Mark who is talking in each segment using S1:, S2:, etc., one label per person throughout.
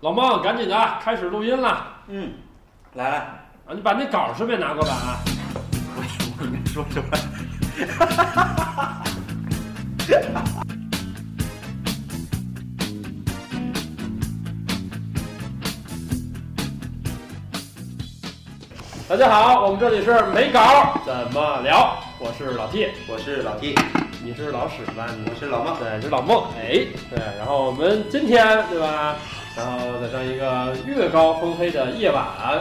S1: 老孟，赶紧的啊，开始录音了
S2: 嗯，来来，
S1: 啊！你把那稿儿顺便拿过来啊。
S2: 我我应该说什么？
S1: 大家好，我们这里是没稿儿怎么聊，我是老 T，
S2: 我是老 T，
S1: 你是老史吧？你
S2: 我是老孟，
S1: 对，你是老孟，哎，对，然后我们今天对吧？然后在这样一个月高风黑的夜晚，啊，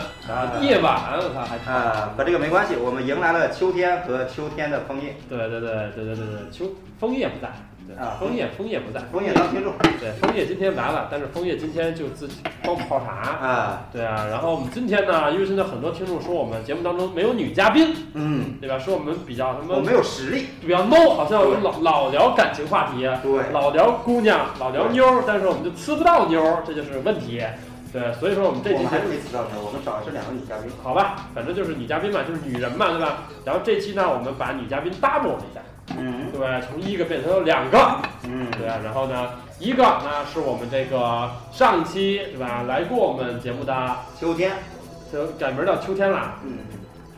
S1: 夜晚，我操，还
S2: 啊，和这个没关系，我们迎来了秋天和秋天的枫叶，
S1: 对对对对对对对，秋枫叶不在，对
S2: 啊，
S1: 枫叶枫叶不在，
S2: 枫叶当听众
S1: 对，枫叶今天来了，但是枫叶今天就自己光泡茶。
S2: 啊，
S1: 对啊，然后我们今天呢，因为现在很多听众说我们节目当中没有女嘉宾，
S2: 嗯，
S1: 对吧？说我们比较什
S2: 我
S1: 么
S2: 没有实力，
S1: 比较 low，好像我们老老聊感情话题，啊
S2: 对，
S1: 老聊姑娘，老聊妞儿，但是我们就吃不到妞儿，这就是问题。对，所以说我们这
S2: 我
S1: 期节
S2: 们
S1: 目
S2: 还是没知道呢，我们找的是两个女嘉宾，
S1: 好吧，反正就是女嘉宾嘛，就是女人嘛，对吧？然后这期呢，我们把女嘉宾 double 了一下，
S2: 嗯
S1: 对吧？从一个变成了两个，
S2: 嗯，
S1: 对啊，然后呢，一个呢是我们这个上一期对吧来过我们节目的，
S2: 秋天，
S1: 就改名叫秋天了，
S2: 嗯，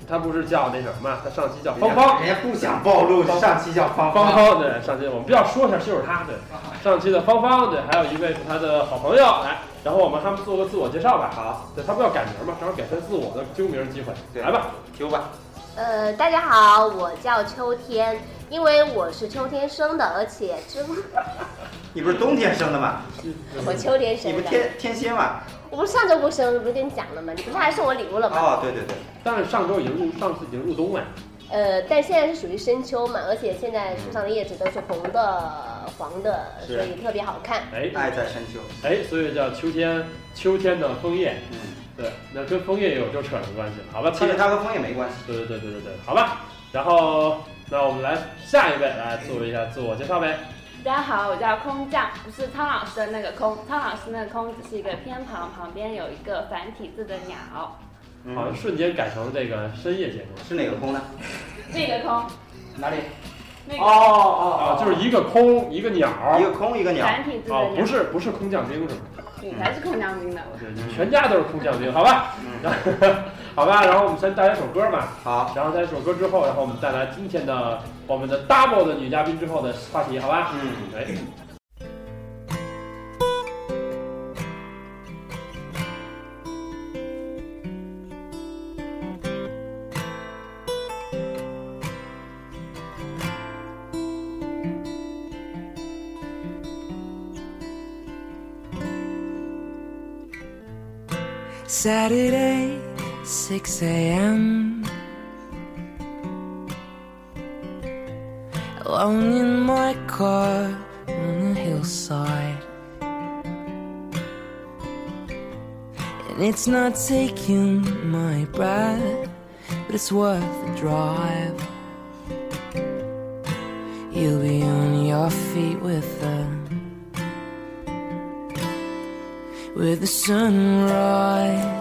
S1: 他不是叫那什么嘛，他上期叫芳芳，
S2: 人家不想暴露
S1: 芳芳
S2: 上期叫芳
S1: 芳，芳对，上期我们不要说一下就是他对，上期的芳芳对，还有一位是他的好朋友来，然后我们他们做个自我介绍吧，
S2: 好，
S1: 对他不要改名嘛，正好给他自我的丢名机会，
S2: 对
S1: 来吧，
S2: 秋吧，
S3: 呃，大家好，我叫秋天，因为我是秋天生的，而且之后
S2: 你不是冬天生的吗？
S1: 嗯
S3: 我秋天
S2: 你
S3: 生
S2: 不
S3: 的，
S2: 天天蝎吗？
S3: 我不是上周不生日不是跟你讲了吗？你不是还送我礼物了吗？
S2: 哦，对对对，
S1: 嗯但是上周已经入上次已经入冬了，
S3: 呃，但现在是属于深秋嘛，而且现在树上的叶子都是红的、黄的，
S2: 是
S3: 所以特别好看。
S1: 哎
S2: 爱在深秋，
S1: 哎，所以叫秋天秋天的枫叶，
S2: 嗯，
S1: 对，那跟枫叶有就扯上关系，好吧，
S2: 其实它和枫叶没关系，
S1: 对对对对对对，好吧。然后，那我们来下一位来做一下自我介绍呗。
S4: 大家好，我叫空降，不是汤老师的那个空，汤老师那个空只是一个偏旁，旁边有一个繁体字的鸟，
S2: 嗯
S1: 好像瞬间改成这个深夜节目
S2: 是哪个空呢？
S4: 那个空，
S2: 哪里？
S4: 那
S2: 哦
S4: 个
S2: 哦
S1: 啊，就是一个空一个鸟
S2: 一
S1: 啊，
S2: 个空一个鸟，
S4: 繁体字的鸟，
S1: 不是不是空降兵是吗？
S4: 你才是空降兵呢。
S1: 对，你们全家都是空降兵，好吧？
S2: 嗯，
S1: 然后 好吧，然后我们先带来一首歌吧。
S2: 好，
S1: 然后带来一首歌之后，然后我们带来今天的我们的 double 的女嘉宾之后的话题，好吧？
S2: 嗯，
S1: 哎，
S5: Saturday, 6 a.m. Alone in my car on the hillside. And it's not taking my breath, but it's worth the drive. You'll be on your feet with the with the sunrise.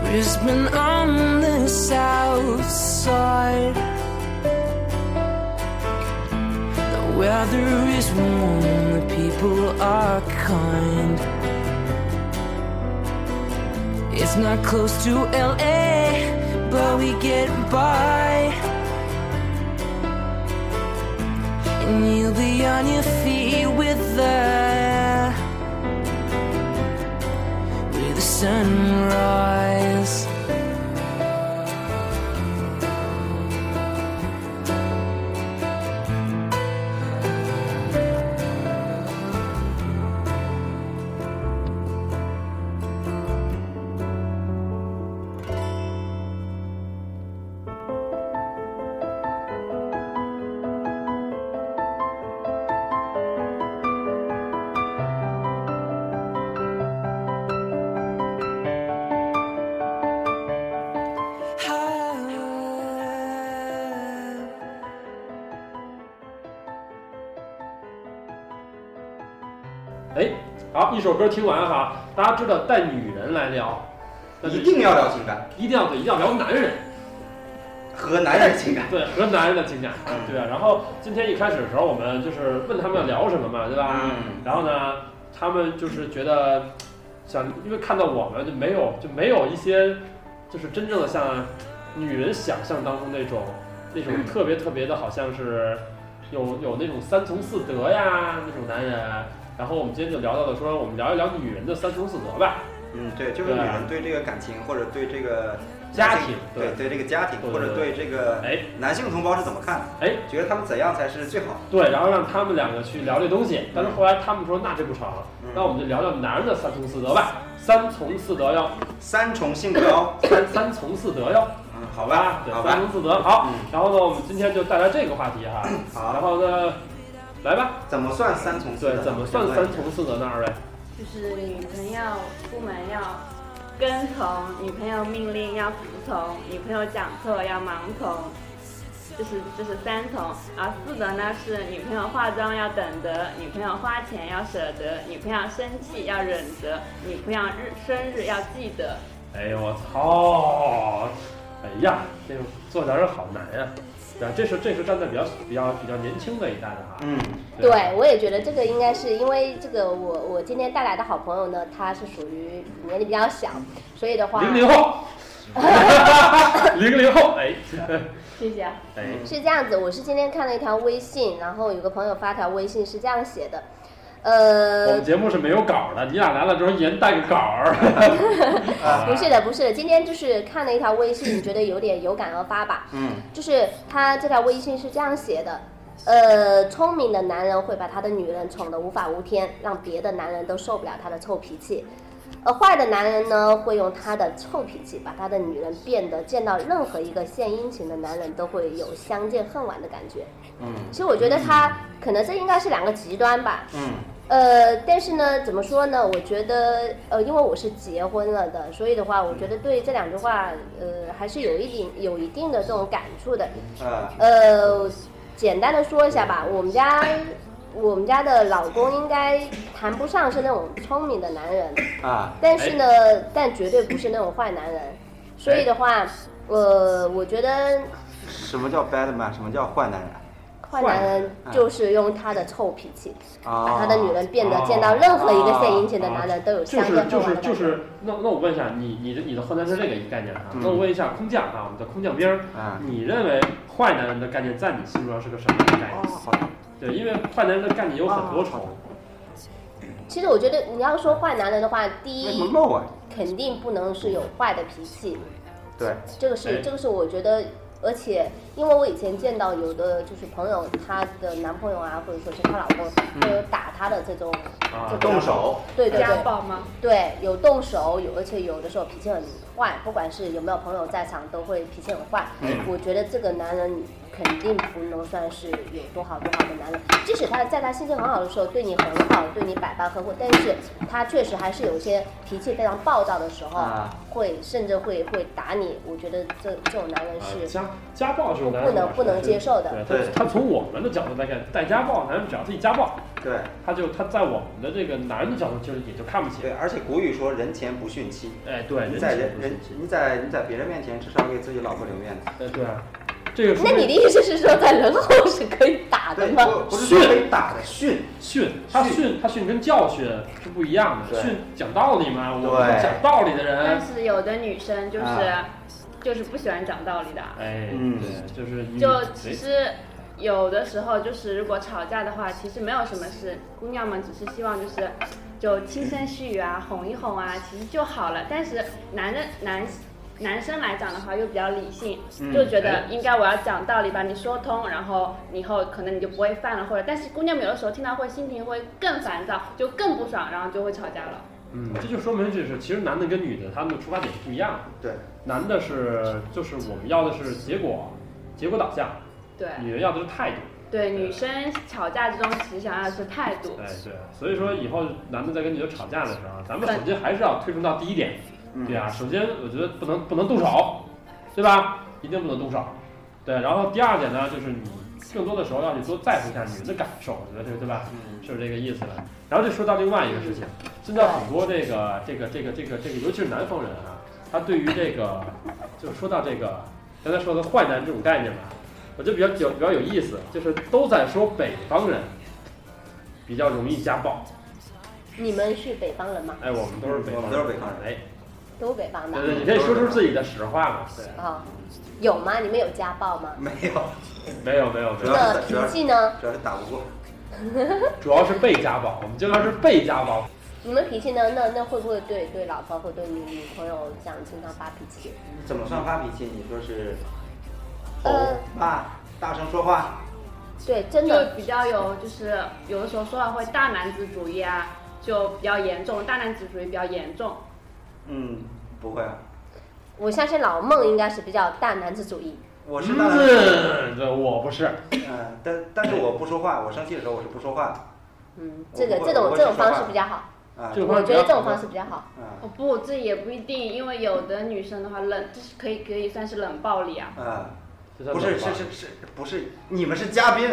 S5: Brisbane on the south side. The weather is warm, the people are kind. It's not close to LA, but we get by. And you'll be on your feet with the with the sunrise.
S1: 哎，好，一首歌听完哈，大家知道带女人来聊，那就
S2: 一定要聊情感，
S1: 一定要一定要聊男人，
S2: 和男人情感。
S1: 对，和男人的情感，啊 对啊。然后今天一开始的时候，我们就是问他们要聊什么嘛，对吧？
S2: 嗯，
S1: 然后呢，他们就是觉得想，因为看到我们就没有就没有一些，就是真正的像女人想象当中那种那种特别特别的，好像是有有那种三从四德呀那种男人。然后我们今天就聊到了说，我们聊一聊女人的三从四德吧，
S2: 嗯，对，就是女人对这个感情或者对这个
S1: 家庭
S2: 对
S1: 对
S2: 对这个家庭
S1: 对对
S2: 或者对这个
S1: 哎
S2: 男性同胞是怎么看的？
S1: 哎，
S2: 觉得他们怎样才是最好的？
S1: 对，然后让他们两个去聊这东西。但是后来他们说那这不成，
S2: 嗯
S1: 那我们就聊聊男人的三从四德吧。三从四德要
S2: 三重性格 哦，
S1: 三三从四德要
S2: 嗯，好
S1: 好
S2: 吧，
S1: 啊对，
S2: 好
S1: 三
S2: 吧，
S1: 从四德好。
S2: 嗯，
S1: 然后呢，我们今天就带来这个话题哈。然
S2: 好，
S1: 后呢，来吧，
S2: 怎么算三重性
S1: 对
S2: 格？，
S1: 怎么算三从四德呢？二位，
S4: 就是女朋友出门要跟从，女朋友命令要服从，女朋友讲错要盲从，就是就是三从。而四德呢是女朋友化妆要等得，女朋友花钱要舍得，女朋友生气要忍着，女朋友日生日要记得。
S1: 哎呦我操！哎呀，这个做男人好难呀、对吧，啊这是这是站在比较比较比较年轻的一代的哈。啊
S2: 嗯，
S3: 对，我也觉得这个应该是因为这个我我今天带来的好朋友呢，他是属于年龄比较小，所以的话，
S1: 零零 后，零零后，哎
S4: 谢谢啊。
S1: 哎。
S3: 是这样子，我是今天看了一条微信，然后有个朋友发条微信是这样写的，呃
S1: 嗯我，们节目是没有稿的，你俩来了之后一人带个稿儿。
S3: 不是的，不是的，今天就是看了一条微信，觉得有点有感而发吧。
S2: 嗯，
S3: 就是他这条微信是这样写的，呃，聪明的男人会把他的女人宠得无法无天，让别的男人都受不了他的臭脾气。而坏的男人呢，会用他的臭脾气把他的女人变得见到任何一个献殷勤的男人都会有相见恨晚的感觉。
S2: 嗯，
S3: 其实我觉得他可能这应该是两个极端吧。
S2: 嗯，
S3: 呃，但是呢，怎么说呢？我觉得，呃，因为我是结婚了的，所以的话，我觉得对这两句话，呃，还是有一定有一定的这种感触的。
S2: 呃，
S3: 呃，简单的说一下吧，我们家我们家的老公应该谈不上是那种聪明的男人，
S2: 啊，
S3: 但是呢，但绝对不是那种坏男人。所以的话，呃，我觉得
S2: 什么叫 bad man？什么叫坏男人？
S3: 坏男人哎就是用他的臭脾气，
S2: 啊，
S3: 把他的女人变得
S1: 哦
S3: 见到任何一个献殷勤的男人都有
S1: 就
S3: 相
S1: 是
S3: 见
S1: 哦就
S3: 恨
S1: 是
S3: 晚的
S1: 就
S3: 感觉。
S1: 是，那那我问一下，你你的你的换男是这个概念啊？
S2: 嗯
S1: 那我问一下空降啊，我们的空降兵儿，
S2: 啊，
S1: 你认为坏男人的概念在你心目中是个什么样的概
S3: 哦
S1: 念？
S2: 哦好，
S1: 对，因为坏男人的概念有很多重，
S3: 其实我觉得你要说坏男人的话，第
S2: 为什么
S3: 一
S2: 漏啊？
S3: 肯定不能是有坏的脾气，
S2: 对，
S3: 这个
S1: 哎
S3: 是这个是我觉得，而且因为我以前见到有的就是朋友，她的男朋友啊，或者说是她老公，
S1: 嗯
S3: 会有打她的这种，
S1: 啊
S3: 就，
S2: 动手，
S3: 对对
S4: 家
S3: 对
S4: 暴吗？
S3: 对，有动手，有而且有的时候脾气很坏，不管是有没有朋友在场，都会脾气很坏。
S2: 嗯
S3: 我觉得这个男人肯定不能算是有多好多好的男人，即使他在他心情很好的时候对你很好，对你百般呵护，但是他确实还是有些脾气非常暴躁的时候，
S2: 啊
S3: 会甚至会会打你。我觉得这这种男人
S1: 啊
S3: 是
S1: 家家暴这种男人
S3: 不能不能接受的
S1: 对，他他从我们的角度来看，带家暴男人只要自己家暴，
S2: 对
S1: 他就他在我们的这个男人的角度就是也就看不起
S2: 对，。而且古语说人前不逊妻，
S1: 哎，对，
S2: 你
S1: 人
S2: 在
S1: 情
S2: 人
S1: 不
S2: 人
S1: 是亲
S2: 你在你在别人面前至少给自己老婆留面子。
S1: 哎，对啊，这个说
S3: 那
S1: 明
S3: 你的意思是说，在人后是可以打的
S2: 对，
S3: 吗？
S2: 不不是说被打的训，
S1: 训，他
S2: 训
S1: 训他训跟教训是不一样的，
S2: 对
S1: 训讲道理嘛，我
S2: 对
S1: 们讲道理的人
S4: 但，是有的女生就是、
S2: 啊
S4: 就是不喜欢讲道理的啊。
S1: 哎，
S2: 嗯
S1: 对，就是你
S4: 就
S1: 哎
S4: 其实有的时候就是如果吵架的话，其实没有什么事，姑娘们只是希望就是就轻声细语啊，哄一哄啊，其实就好了。但是男人男。男生来讲的话又比较理性，就觉得应该我要讲道理，把你说通，然后以后可能你就不会犯了，或者但是姑娘们有的时候听到会心情会更烦躁，就更不爽，然后就会吵架了。
S1: 嗯，这就说明这是其实男的跟女的他们的出发点是不一样的，
S2: 对，
S1: 男的是就是我们要的是结果，结果导向，
S4: 对
S1: 女人要的是态度，
S4: 对，女生吵架之中其实想要的是态度，
S1: 哎对，所以说以后男的在跟女的吵架的时候，咱们首先还是要推崇到第一点，对啊，首先我觉得不能不能动手，对吧？一定不能动手，对，然后第二点呢就是你更多的时候要去多在乎一下女人的感受，我觉得这个对吧？
S2: 嗯，
S1: 是这个意思了。然后就说到另外一个事情，现在很多这个这个这个这个这个，尤其是南方人啊，他对于这个，就说到这个刚才说的坏男这种概念吧，我觉得比较有比较有意思，就是都在说北方人比较容易家暴。
S3: 你们是北方人吗？
S1: 哎，我们都是北
S2: 我
S1: 方
S2: 们
S1: 人，
S2: 都是北方人
S1: 哎，
S3: 都是北方的
S1: 对对，你可以说出自己的实话嘛。对，
S3: 啊、有吗？你们有家暴吗？
S2: 没有，
S1: 没有没有没
S2: 主
S1: 有啊
S2: 要，是
S3: 那
S2: 主要
S3: 脾
S2: 是
S3: 气呢？
S2: 主要是打不过，
S1: 主要是被家暴，我们经常是被家暴。
S3: 你们脾气呢？那那会不会对对老婆或对女女朋友这样经常发脾气？
S2: 怎么算发脾气？你说是吼
S3: 呃
S2: 骂、大声说话，
S3: 对，真
S4: 就
S3: 的
S4: 比较有，就是有的时候说话会大男子主义啊，就比较严重，大男子主义比较严重。
S2: 嗯，不会啊，
S3: 我相信老孟应该是比较大男子主义。
S2: 我
S1: 我
S2: 是大男子
S1: 嗯，对，我不是。
S2: 主义，嗯，但但是我不说话，我生气的时候我是不说话的，
S3: 嗯，
S2: 我
S3: 这个
S2: 不会
S3: 这种
S2: 我会
S3: 这种
S2: 说话
S3: 方式比较好，
S2: 啊，
S1: 就这个
S3: 我
S1: 方式
S3: 觉
S1: 比较
S3: 得这种
S1: 好
S3: 方式比较好。
S2: 啊
S4: 哦不，这也不一定，因为有的女生的话冷，这是可以可以算是冷暴力啊。
S2: 啊，
S1: 这算
S2: 不是
S1: 冷暴
S2: 是
S1: 力
S2: 是是，不是你们是嘉宾，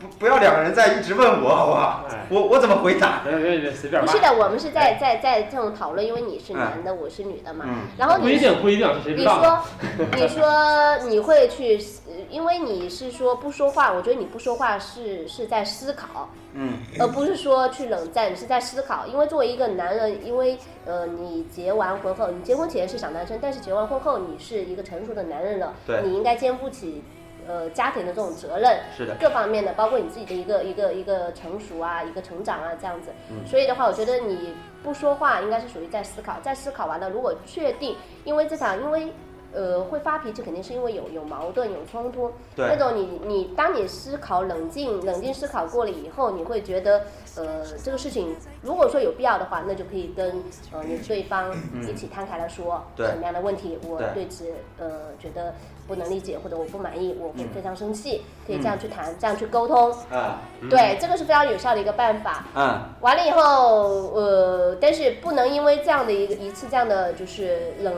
S2: 不不要两个人在一直问我好不好
S1: 哎？
S2: 我我怎么回答？
S1: 别别别，随便
S3: 不
S1: 骂。
S3: 是的，我们是
S1: 哎
S3: 在在在这种讨论，因为你是男的，我是女的嘛。
S2: 嗯
S3: 然后
S1: 不一
S3: 你
S1: 定，不一定，是谁知
S3: 你
S1: 道啊呢？
S3: 说你说你会去，呃因为你是说不说话，我觉得你不说话是是在思考，
S2: 嗯，
S3: 而不是说去冷战，你是在思考。因为作为一个男人，因为呃，你结完婚后，你结婚前是小男生，但是结完婚后你是一个成熟的男人了，
S2: 对
S3: 你应该肩负起呃家庭的这种责任，
S2: 是的，
S3: 各方面的，包括你自己的一个一个一个成熟啊，一个成长啊这样子。
S2: 嗯
S3: 所以的话，我觉得你不说话应该是属于在思考，在思考完了，如果确定，因为这场因为。呃，会发脾气肯定是因为有有矛盾、有冲突，那
S2: 对，
S3: 种你你当你思考冷静冷静思考过了以后，你会觉得呃这个事情如果说有必要的话，那就可以跟呃你对方一起摊开来说、
S2: 嗯对
S3: 什么样的问题，我
S2: 对
S3: 对此呃觉得不能理解或者我不满意，我会
S2: 嗯
S3: 非常生气，可以这样去谈，这样去沟通。
S2: 啊
S3: 对，这个是非常有效的一个办法。
S2: 嗯，
S3: 完了以后，呃，但是不能因为这样的一个一次这样的就是冷，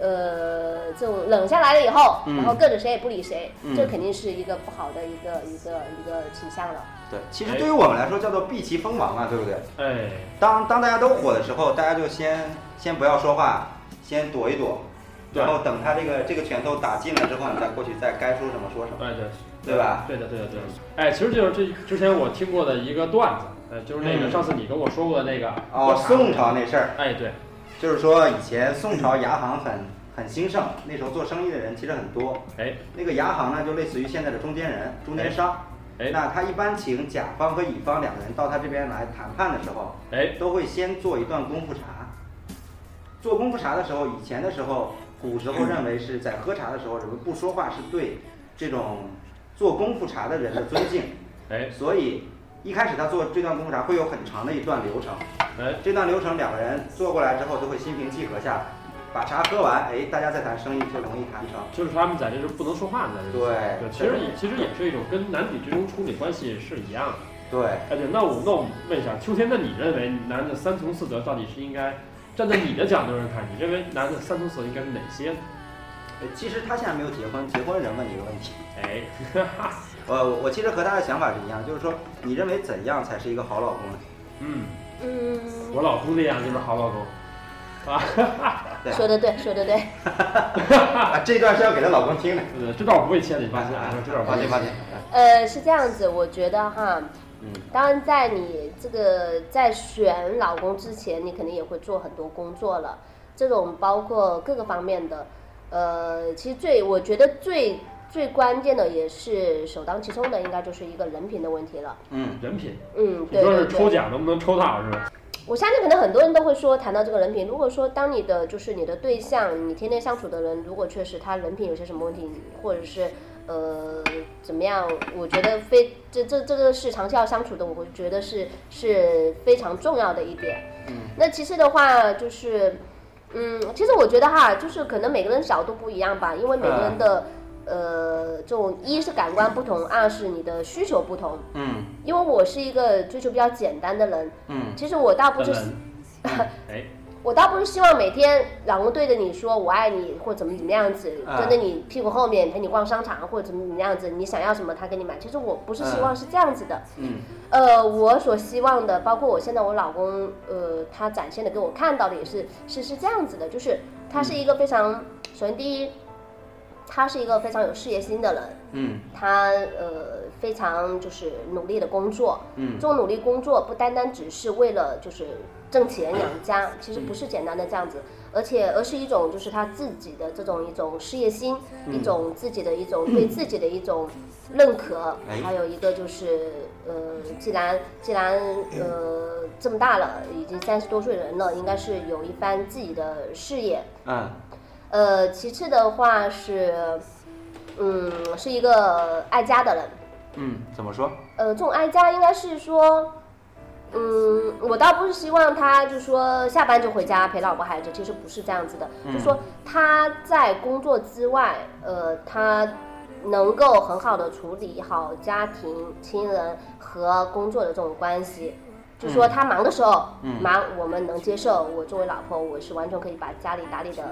S3: 呃，这种冷下来了以后，
S2: 嗯
S3: 然后跟着谁也不理谁，
S2: 嗯
S3: 这肯定是一个不好的一个一个一个倾向了。
S2: 对，其实对于我们来说叫做避其锋芒啊，对不对？
S1: 哎，
S2: 当当大家都火的时候，大家就先先不要说话，先躲一躲，
S1: 对
S2: 然后等他这个这个拳头打进了之后，你再过去，再该说什么说什么。
S1: 对对
S2: 对吧
S1: 对的，对的，对的。哎，其实就是这之前我听过的一个段子，呃，就是那个
S2: 嗯
S1: 上次你跟我说过的那个
S2: 哦，宋
S1: 朝。
S2: 朝那事儿，
S1: 哎，对，
S2: 就是说以前宋朝牙行很很兴盛，那时候做生意的人其实很多。
S1: 哎，
S2: 那个牙行呢，就类似于现在的中间人、中间商。
S1: 哎
S2: 那他一般请甲方和乙方两个人到他这边来谈判的时候，
S1: 哎，
S2: 都会先做一段功夫茶。做功夫茶的时候，以前的时候，古时候认为是在喝茶的时候，人们不说话是对这种做功夫茶的人的尊敬，
S1: 哎，
S2: 所以一开始他做这段功夫茶会有很长的一段流程。
S1: 哎，
S2: 这段流程两个人坐过来之后，都会心平气和下来，把茶喝完，哎，大家再谈生意就容易谈成。
S1: 就是他们在这是不能说话的，在这。
S2: 对
S1: 对，其实也其实也是一种跟男女这种处理关系是一样的。
S2: 对，
S1: 哎，对，那我那我问一下，秋天，那你认为男的三从四德到底是应该站在你的角度上看，你认为男的三从四德应该是哪些呢？
S2: 呃其实他现在没有结婚，结婚人问你一个问题。
S1: 哎，
S2: 呃，我其实和他的想法是一样，就是说，你认为怎样才是一个好老公 呢？
S1: 嗯，
S3: 嗯，
S1: 我老公那样就是好老公。
S2: 对
S3: 说的对，说的对。
S2: 啊，这段是要给她老公听的。
S1: 对对，呃这段我不会切的，你放心啊，这段我不
S2: 抱
S1: 会
S2: 歉
S1: 切
S2: 抱歉。
S3: 呃，是这样子，我觉得哈，
S2: 嗯，
S3: 当然在你这个在选老公之前，你肯定也会做很多工作了，这种包括各个方面的，呃，其实最我觉得最最关键的也是首当其冲的，应该就是一个人品的问题了。
S2: 嗯，
S1: 人品，
S3: 嗯，
S1: 你
S3: 对
S1: 说
S3: 对
S1: 是抽
S3: 对。
S1: 奖能不能抽到是吧？
S3: 我相信可能很多人都会说，谈到这个人品，如果说当你的就是你的对象，你天天相处的人，如果确实他人品有些什么问题，或者是呃怎么样，我觉得非这这这个是长期要相处的，我会觉得是是非常重要的一点。
S2: 嗯，
S3: 那其次的话就是，嗯，其实我觉得哈，就是可能每个人角度不一样吧，因为每个人的、
S2: 嗯
S3: 呃这种一是感官不同，二是你的需求不同。
S2: 嗯
S3: 啊因为我是一个追求比较简单的人，
S2: 嗯
S3: 其实我大部
S1: 当
S3: 分
S1: 然
S3: 是。
S1: 哎，
S3: 我倒不是希望每天老公对着你说我爱你或怎么怎么样子，
S2: 啊
S3: 跟着你屁股后面陪你逛商场或者怎么怎么样子，你想要什么他给你买。其实我不是希望是这样子的，
S2: 嗯
S3: 呃，我所希望的，包括我现在我老公，呃，他展现的给我看到的也是是是这样子的，就是他是一个非常，首先第一，他是一个非常有事业心的人，
S2: 嗯
S3: 他呃非常就是努力的工作，
S2: 嗯
S3: 这种努力工作不单单只是为了就是挣钱养家，其实不是简单的这样子，而且而是一种就是他自己的这种一种事业心，一种自己的一种对自己的一种认可，
S2: 哎
S3: 还有一个就是呃，既然既然呃这么大了，已经三十多岁人了，应该是有一番自己的事业，
S2: 嗯
S3: 呃，其次的话是，嗯，是一个爱家的人。
S2: 嗯，怎么说？
S3: 呃，这种爱家应该是说，嗯，我倒不是希望他就说下班就回家陪老婆孩子，其实不是这样子的，就说他在工作之外，呃，他能够很好的处理好家庭、亲人和工作的这种关系。就说他忙的时候，忙我们能接受。我作为老婆，我是完全可以把家里打理的，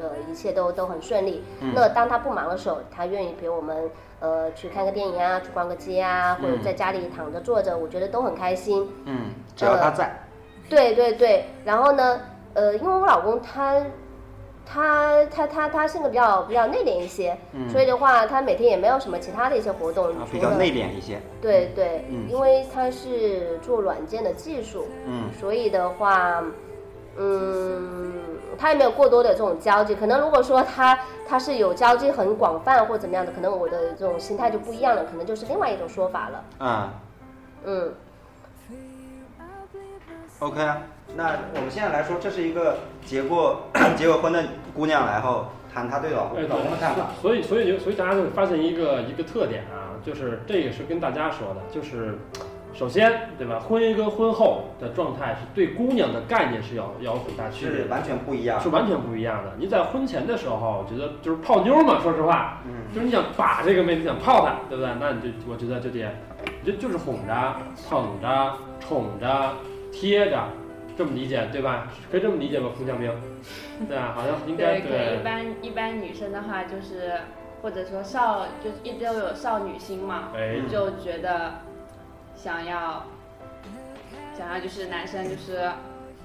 S3: 呃，一切都都很顺利。那当他不忙的时候，他愿意陪我们，呃，去看个电影啊，去逛个街啊，或者在家里躺着坐着，我觉得都很开心。
S2: 嗯，只要他在，
S3: 对对对，然后呢，呃，因为我老公他，他他他他性格比较比较内敛一些，所以的话，他每天也没有什么其他的一些活动，
S2: 啊
S3: 除
S2: 比较
S3: 了
S2: 内敛一些。
S3: 对对，
S2: 嗯
S3: 因为他是做软件的技术，
S2: 嗯
S3: 所以的话，嗯，他也没有过多的这种交际。可能如果说他他是有交际很广泛或怎么样的，可能我的这种心态就不一样了，可能就是另外一种说法了。
S2: 啊
S3: 嗯，
S2: ，OK 啊。那我们现在来说，这是一个结过结过婚的姑娘，然后谈她对老公
S1: 哎
S2: 老公的看法。
S1: 所以，所以就，所以大家就会发现一个一个特点啊，就是这也是跟大家说的，就是首先，对吧？婚姻跟婚后的状态是对姑娘的概念是要要有很大区别
S2: 是
S1: 的，
S2: 完全不一样
S1: 是。完全不一样的。你在婚前的时候，我觉得就是泡妞嘛，说实话，
S2: 嗯
S1: 就是你想把这个妹子，想泡她，对不对？那你就我觉得就得，你就就是哄着、捧着、宠着、贴着，这么理解对吧？可以这么理解吧，冯小明？对啊，好像应该
S4: 对，可
S1: 对
S4: 能一。般一般女生的话就是，或者说少就是一直都有少女心嘛，
S1: 哎，
S4: 就觉得想要想要就是男生就是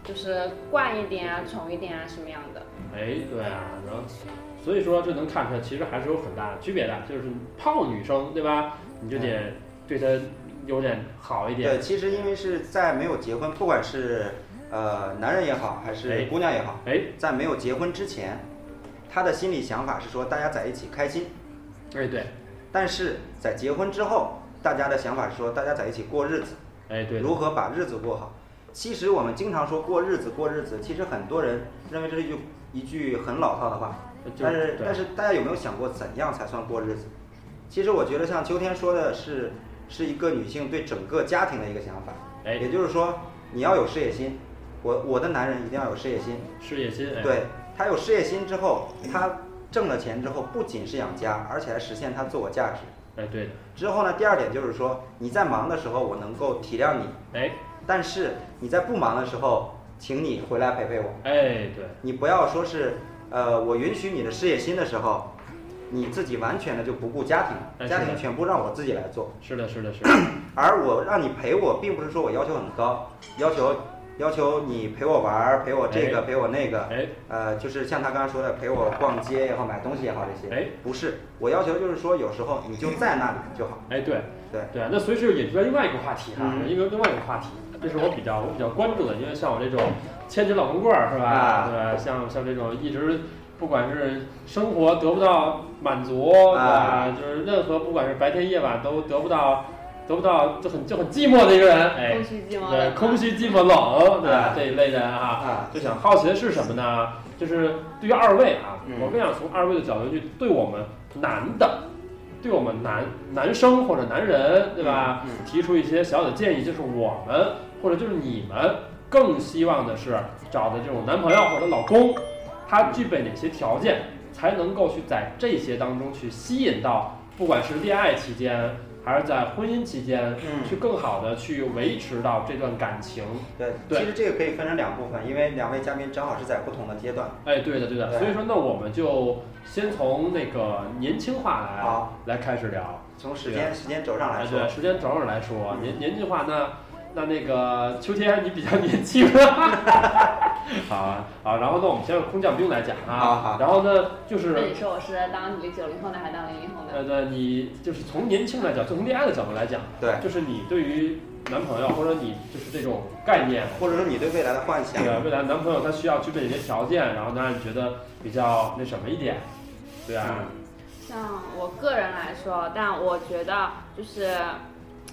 S4: 就是惯一点啊，宠一点啊，什么样的？
S1: 哎，对啊，然后所以说这能看出来，其实还是有很大的区别的。就是泡女生，对吧？你就得对她有点好一点
S2: 对，。其实因为是在没有结婚，不管是呃男人也好，还
S1: 哎
S2: 是姑娘也好，
S1: 哎，
S2: 在没有结婚之前，她的心理想法是说大家在一起开心。
S1: 哎对，
S2: 但是在结婚之后，大家的想法是说大家在一起过日子，
S1: 哎对，
S2: 如何把日子过好。其实我们经常说过日子过日子，其实很多人认为这是一句一句很老套的话，
S1: 就
S2: 但是
S1: 对
S2: 但是大家有没有想过怎样才算过日子？其实我觉得像秋天说的是，是一个女性对整个家庭的一个想法，
S1: 哎
S2: 也就是说你要有事业心，我我的男人一定要有事业心，
S1: 事业心，哎
S2: 对他有事业心之后，他挣了钱之后不仅是养家，而且还实现他自我价值。
S1: 哎对的，
S2: 之后呢，第二点就是说，你在忙的时候我能够体谅你，
S1: 哎
S2: 但是你在不忙的时候，请你回来陪陪我。
S1: 哎对，
S2: 你不要说是，呃，我允许你的事业心的时候，你自己完全的就不顾家
S1: 哎
S2: 庭，
S1: 是的
S2: 家庭全部让我自己来做。
S1: 是的是的是 的，
S2: 而我让你陪我，并不是说我要求很高，要求要求你陪我玩儿，陪我这个，
S1: 哎
S2: 陪我那个，
S1: 哎
S2: 呃，就是像他刚才说的，陪我逛街也好，买东西也好这些。
S1: 哎
S2: 不是，我要求就是说，有时候你就在那里就好。
S1: 哎对
S2: 对
S1: 对，那所以是引出来另外一个话题哈，
S2: 嗯
S1: 一个另外一个话题，这是我比较我比较关注的，因为像我这种千金老光棍儿是吧？
S2: 啊
S1: 对吧，像像这种一直不管是生活得不到满足，
S2: 啊
S1: 对吧就是任何不管是白天夜晚都得不到得不到就很就很寂寞的一个人，哎
S4: 空，虚寂寞
S1: 对，
S4: 冷，
S1: 空虚寂寞冷，对吧
S2: 啊？
S1: 这一类人哈，
S2: 啊，
S1: 就想好奇的是什么呢？就是对于二位啊，
S2: 嗯
S1: 我更想从二位的角度去对我们男的，对我们男男生或者男人，对吧？
S2: 嗯
S1: 提出一些小小的建议，就是我们或者就是你们更希望的是找的这种男朋友或者老公，他具备哪些条件，才能够去在这些当中去吸引到，不管是恋爱期间，还是在婚姻期间
S2: 嗯
S1: 去更好的去维持到这段感情。
S2: 对，
S1: 对
S2: 其实这个可以分成两部分，因为两位嘉宾正好是在不同的阶段。
S1: 哎，对的对的，
S2: 对
S1: 所以说那我们就先从那个年轻化来、
S2: 好
S1: 来开始聊。
S2: 从时间时间轴上来
S1: 哎，
S2: 说
S1: 对，，时间轴上来说，
S2: 嗯
S1: 年年轻化那那那个秋天你比较年轻， 好啊好，然后呢我们先让空降兵来讲啊，
S2: 好好
S1: 然后呢就是
S4: 那你说我是当你九零后的还是当零零后的？
S1: 呃那你就是从年轻来讲，就从恋爱的角度来讲，
S2: 对，
S1: 就是你对于男朋友或者你就是这种概念，
S2: 或者说你对啊未来的幻想嗯
S1: 这，个未来男朋友他需要具备哪些条件，然后呢让你觉得比较那什么一点，对啊。
S4: 像我个人来说，但我觉得就是，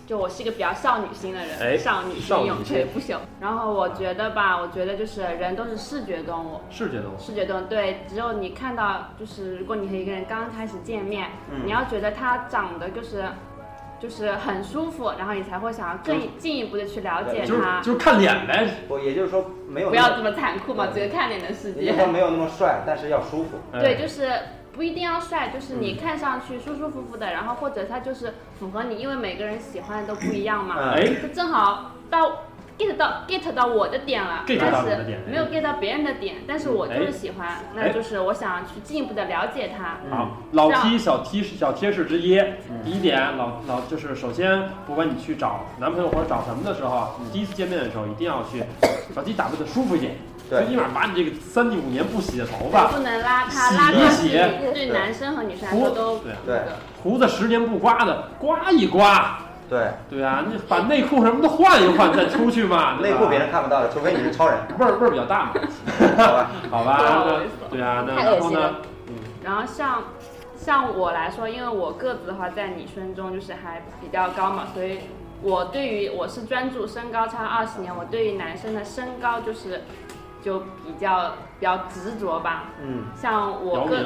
S4: 就我是一个比较少女心的人，
S1: 哎
S4: 少女
S1: 少
S4: 心
S1: 女
S4: 永
S1: 心
S4: 垂不朽。然后我觉得吧，我觉得就是人都是视觉动物，
S1: 视觉动物，
S4: 视觉动物对，只有你看到，就是如果你和一个人刚开始见面，
S2: 嗯
S4: 你要觉得他长得就是。就是很舒服，然后你才会想要更进一步的去了解
S1: 就是
S4: 他，
S1: 就是看脸呗，
S2: 我也就是说没有
S4: 不
S2: 那
S4: 要
S2: 么，
S4: 这么残酷嘛，只有看脸的世
S2: 也就
S4: 界
S2: 是。说没有那么帅，但是要舒服。
S1: 哎
S4: 对，就是不一定要帅，就是
S1: 嗯
S4: 你看上去舒舒服服的，然后或者他就是符合你，因为每个人喜欢的都不一样嘛。
S1: 哎，
S4: 这正好到 get 到 get 到我的点了，
S1: get 到
S4: 但
S1: 你的点嗯哎
S4: 是没有 get 到别人的点，但是我就是喜欢，那就是我想去进一步的了解他。
S2: 嗯
S1: 好，老 T 小 T 小贴士之一，第一点，老老就是首先，不管你去找男朋友或者找什么的时候，第一次见面的时候一定要去找自己打扮的舒服一点，
S2: 对
S1: 最起码把你这个三地五年不洗的头
S4: 对
S1: 发，
S4: 不能邋遢，
S1: 洗
S4: 邋
S1: 一
S4: 遢
S1: 洗
S4: 是女对
S2: 对
S4: 男生和女生来说都
S1: 对啊
S4: 那个
S2: 对
S1: 胡子十年不刮的刮一刮，
S2: 对，
S1: 对啊，你把内裤什么的换一换再出去嘛，对
S2: 内
S1: 吧
S2: 裤别人看不到的，除非你是超人，
S1: 味儿味儿比较大嘛，
S2: 好吧？
S1: 好吧
S4: 不好意思，
S1: 那对啊，那
S3: 太恶
S1: 然后
S3: 心
S1: 呢
S3: 了，
S4: 然后像像我来说，因为我个子的话，在你心中就是还比较高嘛，所以我对于我是专注身高差二十年，我对于男生的身高就是就比较比较执着吧。
S2: 嗯，
S4: 像
S1: 姚
S4: 我个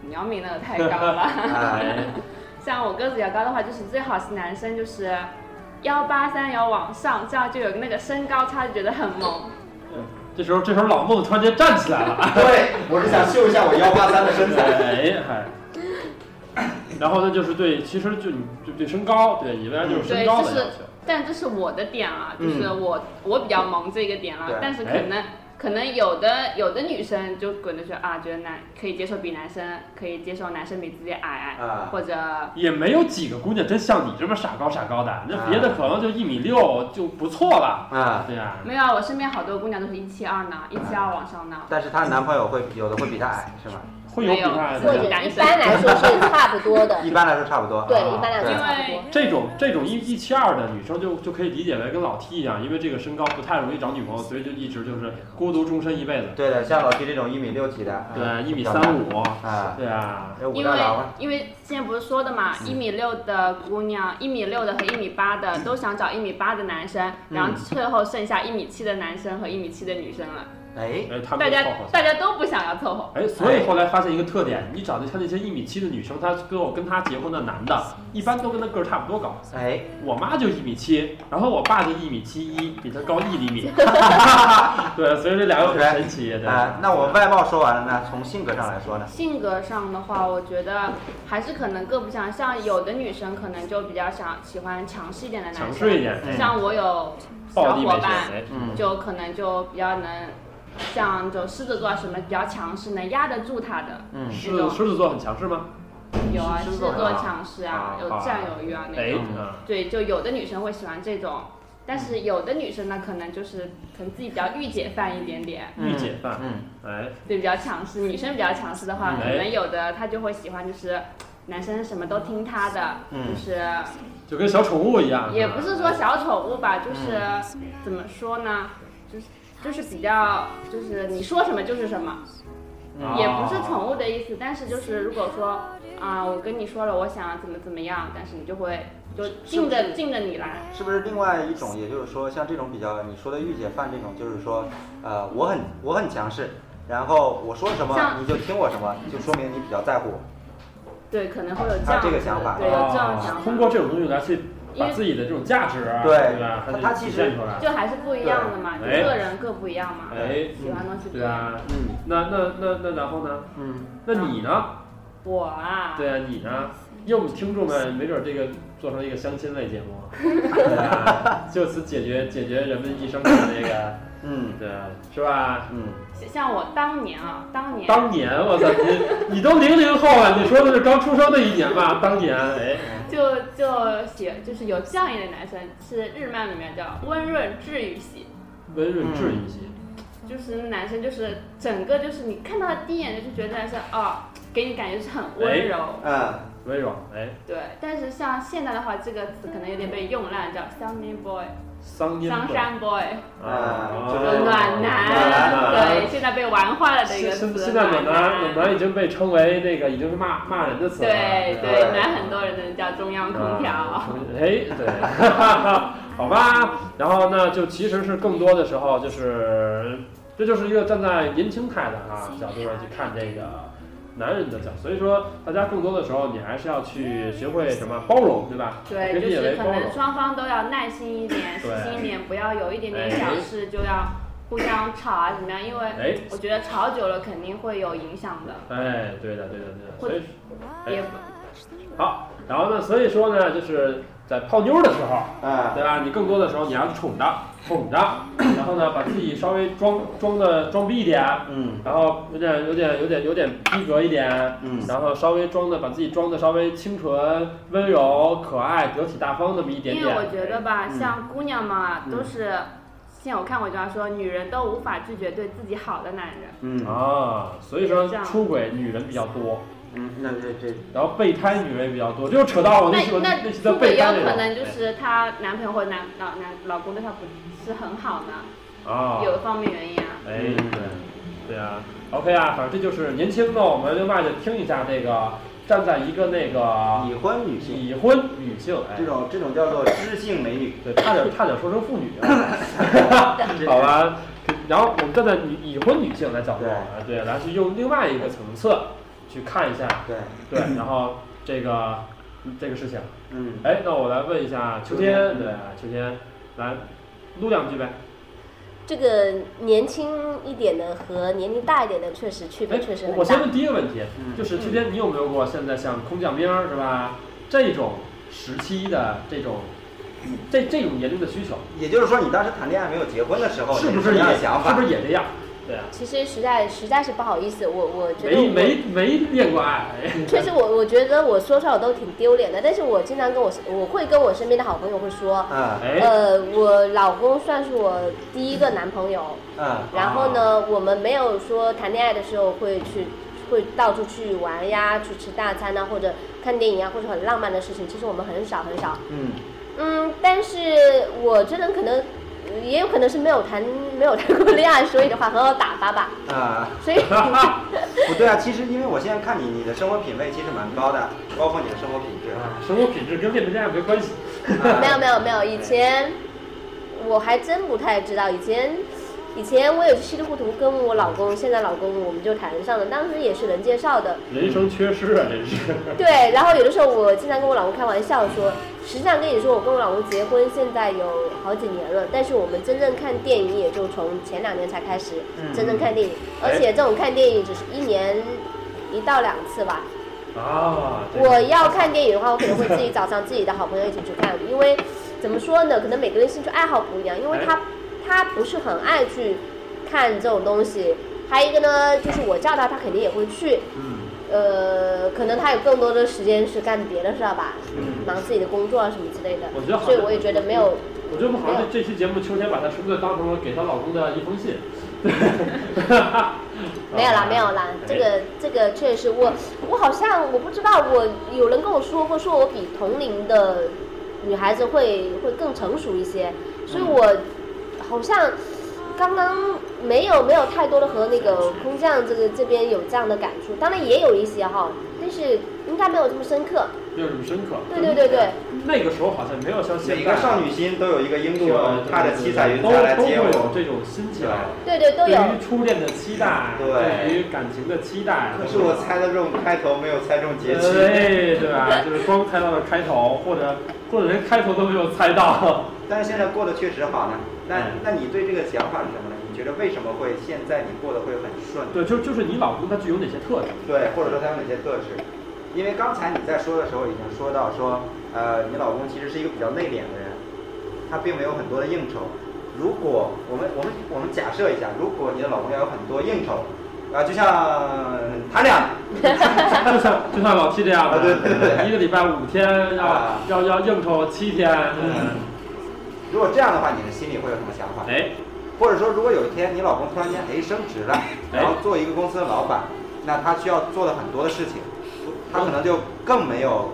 S1: 明，
S4: 姚明那个太高了，
S2: 啊，
S4: 像我个子比较高的话，就是最好是男生就是幺八三幺往上，这样就有那个身高差，就觉得很萌。
S1: 这时候这时候老孟突然间站起来了。
S2: 对，我是想秀一下我幺八三的身材。
S1: 哎嗨。然后呢，就是对，其实就你就对身高，对你未来就是身高的要求。
S4: 但这是我的点啊，
S1: 嗯
S4: 就是我、我比较萌这个点
S2: 对
S4: 了，但是可
S1: 哎
S4: 能可能有的有的女生就可能说啊，觉得男可以接受比男生可以接受男生比自己矮，
S2: 啊
S4: 或者
S1: 也没有几个姑娘真像你这么傻高傻高的，那别的可能就一米六就不错了。
S2: 啊，
S1: 对呀、
S4: 没有啊，我身边好多姑娘都是一七二呢，一七二往上呢，
S2: 但是她的男朋友会有的会比她矮，是吗？
S1: 会有比他矮
S3: 或
S1: 的
S3: 者
S1: 呀。
S3: 一般来说是差不多 的
S2: 一，般来说差不多。
S3: 对，
S1: 啊
S3: 一般来说差不多。嗯
S1: 这种这种一一七二的女生就就可以理解为跟老 T 一样，因为这个身高不太容易找女朋友，所以就一直就是孤独终身一辈子。
S2: 对的，像老提这种一米六几的，嗯
S1: 对，一米三
S2: 五
S1: 五。
S2: 啊，
S1: 对啊，
S2: 有五
S4: 因
S2: 大
S4: 为
S2: 郎啊，
S4: 因为之前不是说的嘛，
S1: 嗯
S4: 一米六的姑娘，一米六的和一米八的都想找一米八的男生，
S1: 嗯
S4: 然后最后剩下一米七的男生和一米七的女生了，
S2: 哎，
S1: 哎，他们
S4: 大
S1: 就
S4: 家
S1: 凑合
S4: 大家都不想要凑合。
S1: 哎，所以后来发现一个特点，你找的像那些一米七的女生，她跟我跟她结婚的男的，一般都跟她个儿差不多高。
S2: 哎，
S1: 我妈就一米七，然后我爸就一米七一，比她高一厘 米。对，所以这两个很神奇。对，
S2: 啊，那我外貌说完了，那从性格上来说呢？
S4: 性格上的话，我觉得还是可能各不相。像有的女生可能就比较想喜欢强势一点的男生，
S1: 强势一点，
S2: 嗯
S4: 像我有
S1: 暴
S4: 小
S1: 力美
S4: 伙
S1: 学。
S4: 伴，
S1: 哎
S2: 嗯，
S4: 就可能就比较能，像就狮子座啊什么比较强势，能压得住他的。
S2: 嗯
S1: 哎狮子狮子座很强势吗？
S4: 有啊，
S2: 狮
S4: 狮
S2: 子
S4: 子
S2: 座
S4: 座强势啊
S2: 啊，
S4: 有占有欲啊那
S1: 哎
S4: 种。
S2: 嗯
S1: 啊，
S4: 对，就有的女生会喜欢这种，但是有的女生呢，可能就是可能自己比较御姐范一点点。
S1: 御姐范。
S2: 嗯，
S1: 哎，
S4: 对比较强势，女生比较强势的话，
S1: 嗯
S4: 可能有的她就会喜欢，就是男生什么都听她的，
S2: 嗯
S4: 就是
S1: 就跟小宠物一样。
S4: 也
S1: 吧
S4: 不是说小宠物吧，就是
S1: 嗯
S4: 怎么说呢，就是就是比较就是你说什么就是什么，
S1: 嗯
S4: 也不是宠物的意思，但是就是如果说啊、我跟你说了，我想怎么怎么样，但是你就会就敬着敬着你来，
S2: 是不是另外一种？也就是说，像这种比较你说的御姐范这种，就是说，呃，我很我很强势，然后我说什么
S4: 像
S2: 你就听我什么，就说明你比较在乎我。
S4: 对，可能会有这
S2: 啊
S4: 样
S2: 这个
S4: 子
S2: 想法
S4: 对，有这
S1: 啊
S4: 种想法，
S1: 通过这种东西来去
S4: 因
S1: 把
S4: 为
S1: 自己的这种价值啊，
S2: 对
S1: 对吧？
S2: 它
S1: 它
S2: 它
S1: 就
S2: 其
S1: 体
S2: 实
S1: 现出来。
S4: 就还是不一样的嘛，就
S1: 哎
S4: 个人各不一样嘛，
S1: 哎，
S4: 喜欢的东西不一
S1: 对
S4: 样。
S1: 啊，
S2: 嗯
S1: 那那那那然后呢？
S2: 嗯
S1: 那你呢？
S4: 我啊，
S1: 对啊，你呢？要不听众们没准这个做成一个相亲类节目，对 啊就此解决解决人们一生的那个，
S2: 嗯
S1: 对啊，是吧？
S2: 嗯，
S4: 像我当年啊，当年
S1: 当年我操你，你都零零后了，你说的是刚出生的一年吧？当年，哎，
S4: 就就写就是有这样一类男生，是日漫里面叫温润治愈系，
S1: 温润治愈系，
S4: 就是男生就是整个就是你看到他第一眼就觉得是哦，给你感觉是很
S1: 哎
S4: 温柔，
S2: 啊，
S1: 温柔，哎
S4: 对。但是像现在的话，这个词可能有点被用烂，叫 sunny boy，
S1: 桑阴
S4: 桑山
S1: 哦
S4: boy，
S2: 啊
S4: 就
S2: 就是是
S4: 暖
S2: 暖
S4: 男，
S2: 男
S4: 对，现在被玩坏了的一
S1: 现
S4: 个
S1: 现
S4: 词，
S1: 现在暖男暖
S4: 男
S1: 男已经被称为那个已经是啊骂骂人的词了，
S4: 对
S1: 吧
S4: 对，暖很多人的叫中央空调，
S1: 哎，对， 好吧。然后呢，就其实是更多的时候，就是这就是一个站在年轻态的啊角度上去看这个男人的角，所以说大家更多的时候，你还是要去学会什么包容，对吧？
S4: 对，
S1: 跟
S4: 就
S1: 你
S4: 是
S1: 为
S4: 可
S1: 包
S4: 能
S1: 容。
S4: 双方都要耐心一点，细
S1: 对
S4: 心一点，不要有一点点
S1: 哎
S4: 小事就要互相吵啊怎么样，因为
S1: 哎，
S4: 我觉得吵久了肯定会有影响的，
S1: 哎，对的，对的，对的。所以哎
S4: 也不
S1: 好，然后呢，所以说呢，就是在泡妞的时候，
S2: 啊，
S1: 对吧？你更多的时候你要宠着，宠着，然后呢，把自己稍微装装的装逼一点，
S2: 嗯
S1: 然后有点有点有点有点逼格一点，
S2: 嗯
S1: 然后稍微装的把自己装的稍微清纯、温柔、可爱、得体、大方那么一点
S4: 因
S1: 点。哎
S4: 为我觉得吧，
S2: 嗯
S4: 像姑娘嘛，
S2: 嗯
S4: 都是。之前我看过一句话说，女人都无法拒绝对自己好的男人。
S2: 嗯
S1: 啊，所以说出轨女人比较多，
S2: 嗯，那这这
S1: 然后备胎女人也比较多，这又扯到哦我那时候
S4: 那
S1: 那期的
S4: 出轨
S1: 备
S4: 也
S1: 胎
S4: 有
S1: 那
S4: 可
S1: 种
S4: 能就是她男朋友或者男老男老公对她不是很好呢，
S1: 啊，
S4: 有一方面原因啊。
S1: 哎对对啊，OK 啊，反正这就是年轻呢，我们另外就听一下这个站在一个那个
S2: 已婚女性
S1: 已婚女性，哎
S2: 这，种这种叫做知性美女，
S1: 对，差点差点说成妇女 啊，好吧。然后我们站在女已婚女性来角度，
S2: 对
S1: 啊，对，来去用另外一个层次去看一下，
S2: 对，
S1: 对，然后这个这个事情，
S2: 嗯，
S1: 哎，那我来问一下秋天，对，啊秋天来录两句呗，
S3: 这个年轻一点的和年龄大一点的确实区
S1: 哎
S3: 别确实，
S1: 我
S3: 很
S1: 先
S3: 大。
S1: 问第一个问题，
S2: 嗯
S1: 就是秋天，你有没有过现在像空降兵儿是吧这种时期的这种这这种年龄的需求，
S2: 也就是说你当时谈恋爱哦没有结婚的时候，
S1: 是
S2: 你
S1: 不是
S2: 什么
S1: 也
S2: 样的想
S1: 是
S2: 法
S1: 不？是也这样？对啊，
S3: 其实实在实在是不好意思，我我觉
S1: 没
S3: 得我嗯
S1: 没没恋过爱，哎
S3: 确实我我觉得我说出来我都挺丢脸的，但是我经常跟我我会跟我身边的好朋友会说，
S2: 啊
S1: 哎，
S3: 呃，我老公算是我第一个男朋友，
S2: 啊
S3: 然后呢，我们没有说谈恋爱的时候会去会到处去玩呀，去吃大餐呐，或者看电影啊，或者很浪漫的事情，其实我们很少很少。
S2: 嗯
S3: 嗯，但是我这人可能也有可能是没有谈没有谈过恋爱，所以的话很好打发吧，
S2: 啊。
S3: 所以。
S2: 不对啊，其实因为我现在看你，你的生活品味其实蛮高的，包括你的生活品质。
S3: 呃
S1: 生活品质跟恋不恋爱没关 系。
S2: 啊
S3: 没有没有没有，以前我还真不太知道，以前以前我也是稀里糊涂跟我老公，现在老公我们就谈上了，当时也是人介绍的，
S1: 人生缺失啊，这是。
S3: 对。然后有的时候我经常跟我老公开玩笑说，实际上跟你说，我跟我老公结婚现在有好几年了，但是我们真正看电影也就从前两年才开始
S2: 嗯
S3: 真正看电影，
S1: 哎
S3: 而且这种看电影只是一年一到两次吧。
S1: 啊，这个
S3: 我要看电影的话，我可能会自己找上自己的好朋友一起去看，因为怎么说呢，可能每个人兴趣爱好不一样，因为
S1: 哎
S3: 他他不是很爱去看这种东西。还有一个呢，就是我叫他，他肯定也会去。
S2: 嗯
S3: 呃，可能他有更多的时间是干别的事儿吧，
S2: 嗯，
S3: 忙自己的工作啊什么之类的
S1: 我觉得。好
S3: 所以我也觉得没有，
S1: 我觉得我们好像这这期节目，秋天把她纯粹当成了给她老公的一封信。
S3: 没有
S1: 啊
S3: 啦，没有啦。
S1: 哎
S3: 这个这个确实我，我好像我不知道，我有人跟我说过，说我比同龄的女孩子会会更成熟一些，所以我好像刚刚没有没有太多的和那个空降这个这边有这样的感触，当然也有一些哈，但是应该没有这么深刻。
S1: 没有什么深刻。
S3: 对对对对，
S1: 那个时候好像没有像现在
S2: 每个少女心都有一个英雄，踏着七彩云
S1: 啊都
S2: 彩来
S1: 都会
S2: 接
S1: 有
S2: 我。
S1: 这种心情，
S3: 对对都
S1: 对
S3: 有。
S1: 于初恋的期待，
S2: 对
S1: 于感情的期待。
S2: 可是我猜得中开头，没有猜中结局。
S1: 哎对对吧？就是光猜到了开头，或者或者连开头都没有猜 到。
S2: 但是现在过得确实好呢。
S1: 嗯
S2: 那那你对这个想法是什么呢？你觉得为什么会现在你过得会很顺？
S1: 对，就就是你老公他具有哪些特质？
S2: 对，或者说他有哪些特质？因为刚才你在说的时候已经说到说，呃，你老公其实是一个比较内敛的人，他并没有很多的应酬。如果我们我们我们假设一下，如果你的老公要有很多应酬，啊，就像他这样 的，
S1: 就像就像老 T 这样
S2: 啊
S1: 的，
S2: 对对对
S1: 一个礼拜五天要、
S2: 啊
S1: 要要应酬七天，
S2: 嗯如果这样的话，你的心里会有什么想法？
S1: 哎，
S2: 或者说，如果有一天你老公突然间哎升职了，然后做一个公司的老板，那他需要做的很多的事情，他可能就更没有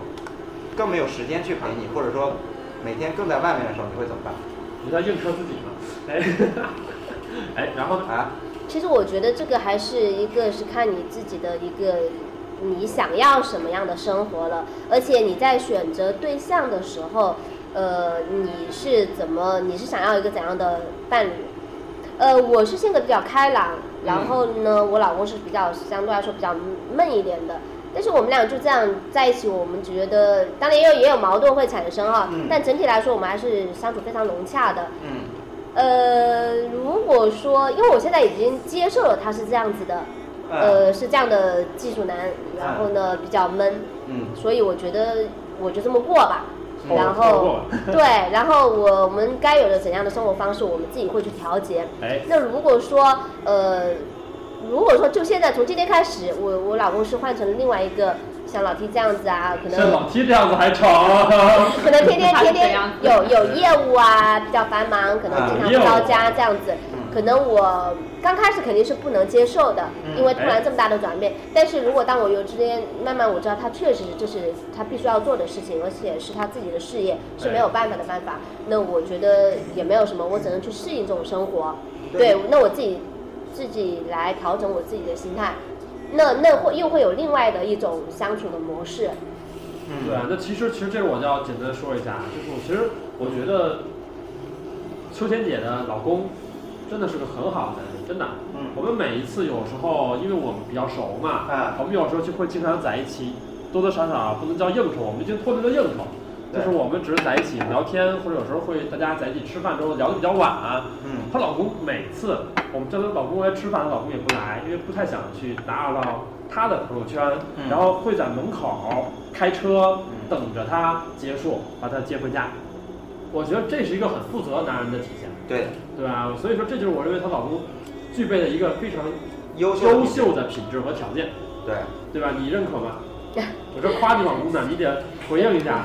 S2: 更没有时间去陪你，或者说每天更在外面的时候，你会怎么办？
S1: 你在应酬自己吗？ 哎，哎，然后呢？
S2: 啊，
S3: 其实我觉得这个还是一个是看你自己的一个你想要什么样的生活了，而且你在选择对象的时候，呃，你是怎么你是想要一个怎样的伴侣？呃，我是性格比较开朗，然后呢，我老公是比较相对来说比较闷一点的。但是我们俩就这样在一起，我们觉得当然也有也有矛盾会产生哈、
S2: 嗯
S3: 但整体来说我们还是相处非常融洽的。
S2: 嗯
S3: 呃，如果说，因为我现在已经接受了他是这样子的，
S2: 嗯
S3: 呃，是这样的技术男，然后呢比较闷，
S2: 嗯
S3: 所以我觉得我就这么过吧。
S1: 哦
S3: 然
S1: 这么过
S3: 后
S1: 吧
S3: 对，然后我们该有的怎样的生活方式，我们自己会去调节。
S1: 哎，
S3: 那如果说呃，如果说就现在从今天开始，我我老公是换成另外一个像老 T 这样子啊，可
S1: 像
S3: 能
S1: 老 T 这样子还成？
S3: 可能天天
S4: 他是
S3: 天
S4: 怎
S3: 天
S4: 样子
S3: 有有业务啊，比较繁忙，可能经常
S1: 啊业务
S3: 不到家这样子
S2: 嗯。
S3: 可能我刚开始肯定是不能接受的，
S2: 嗯
S3: 因为突
S1: 哎
S3: 然这么大的转变。但是如果当我有之间慢慢我知道他确实这是他必须要做的事情，而且是他自己的事业，是没有办法的办法。那我觉得也没有什么，我只能去适应这种生活。
S2: 对
S3: 对，那我自己自己来调整我自己的心态。那那会又会有另外的一种相处的模式，
S1: 对
S2: 嗯，
S1: 啊，那其实其实这个我就要简单说一下，啊就是我其实我觉得秋天姐的老公真的是个很好的男人，真的。
S2: 嗯
S1: 我们每一次有时候，因为我们比较熟嘛，
S2: 啊
S1: 我们有时候就会经常在一起，多多少少不能叫应酬，我们就脱离了应酬。就
S2: 对
S1: 是我们只是在一起聊天，或者有时候会大家在一起吃饭之后聊得比较晚、啊
S2: 嗯
S1: 她老公每次我们叫她老公来吃饭，她老公也不来，因为不太想去打扰到她的朋友圈，
S2: 嗯
S1: 然后会在门口开车
S2: 嗯
S1: 等着她结束，把她接回家。我觉得这是一个很负责男人的体现，
S2: 对，
S1: 对吧？所以说这就是我认为她老公具备的一个非常
S2: 优秀
S1: 优秀的品质和条件，
S2: 对，
S1: 对吧？你认可吗？我这夸你老公呢，你得回应一下。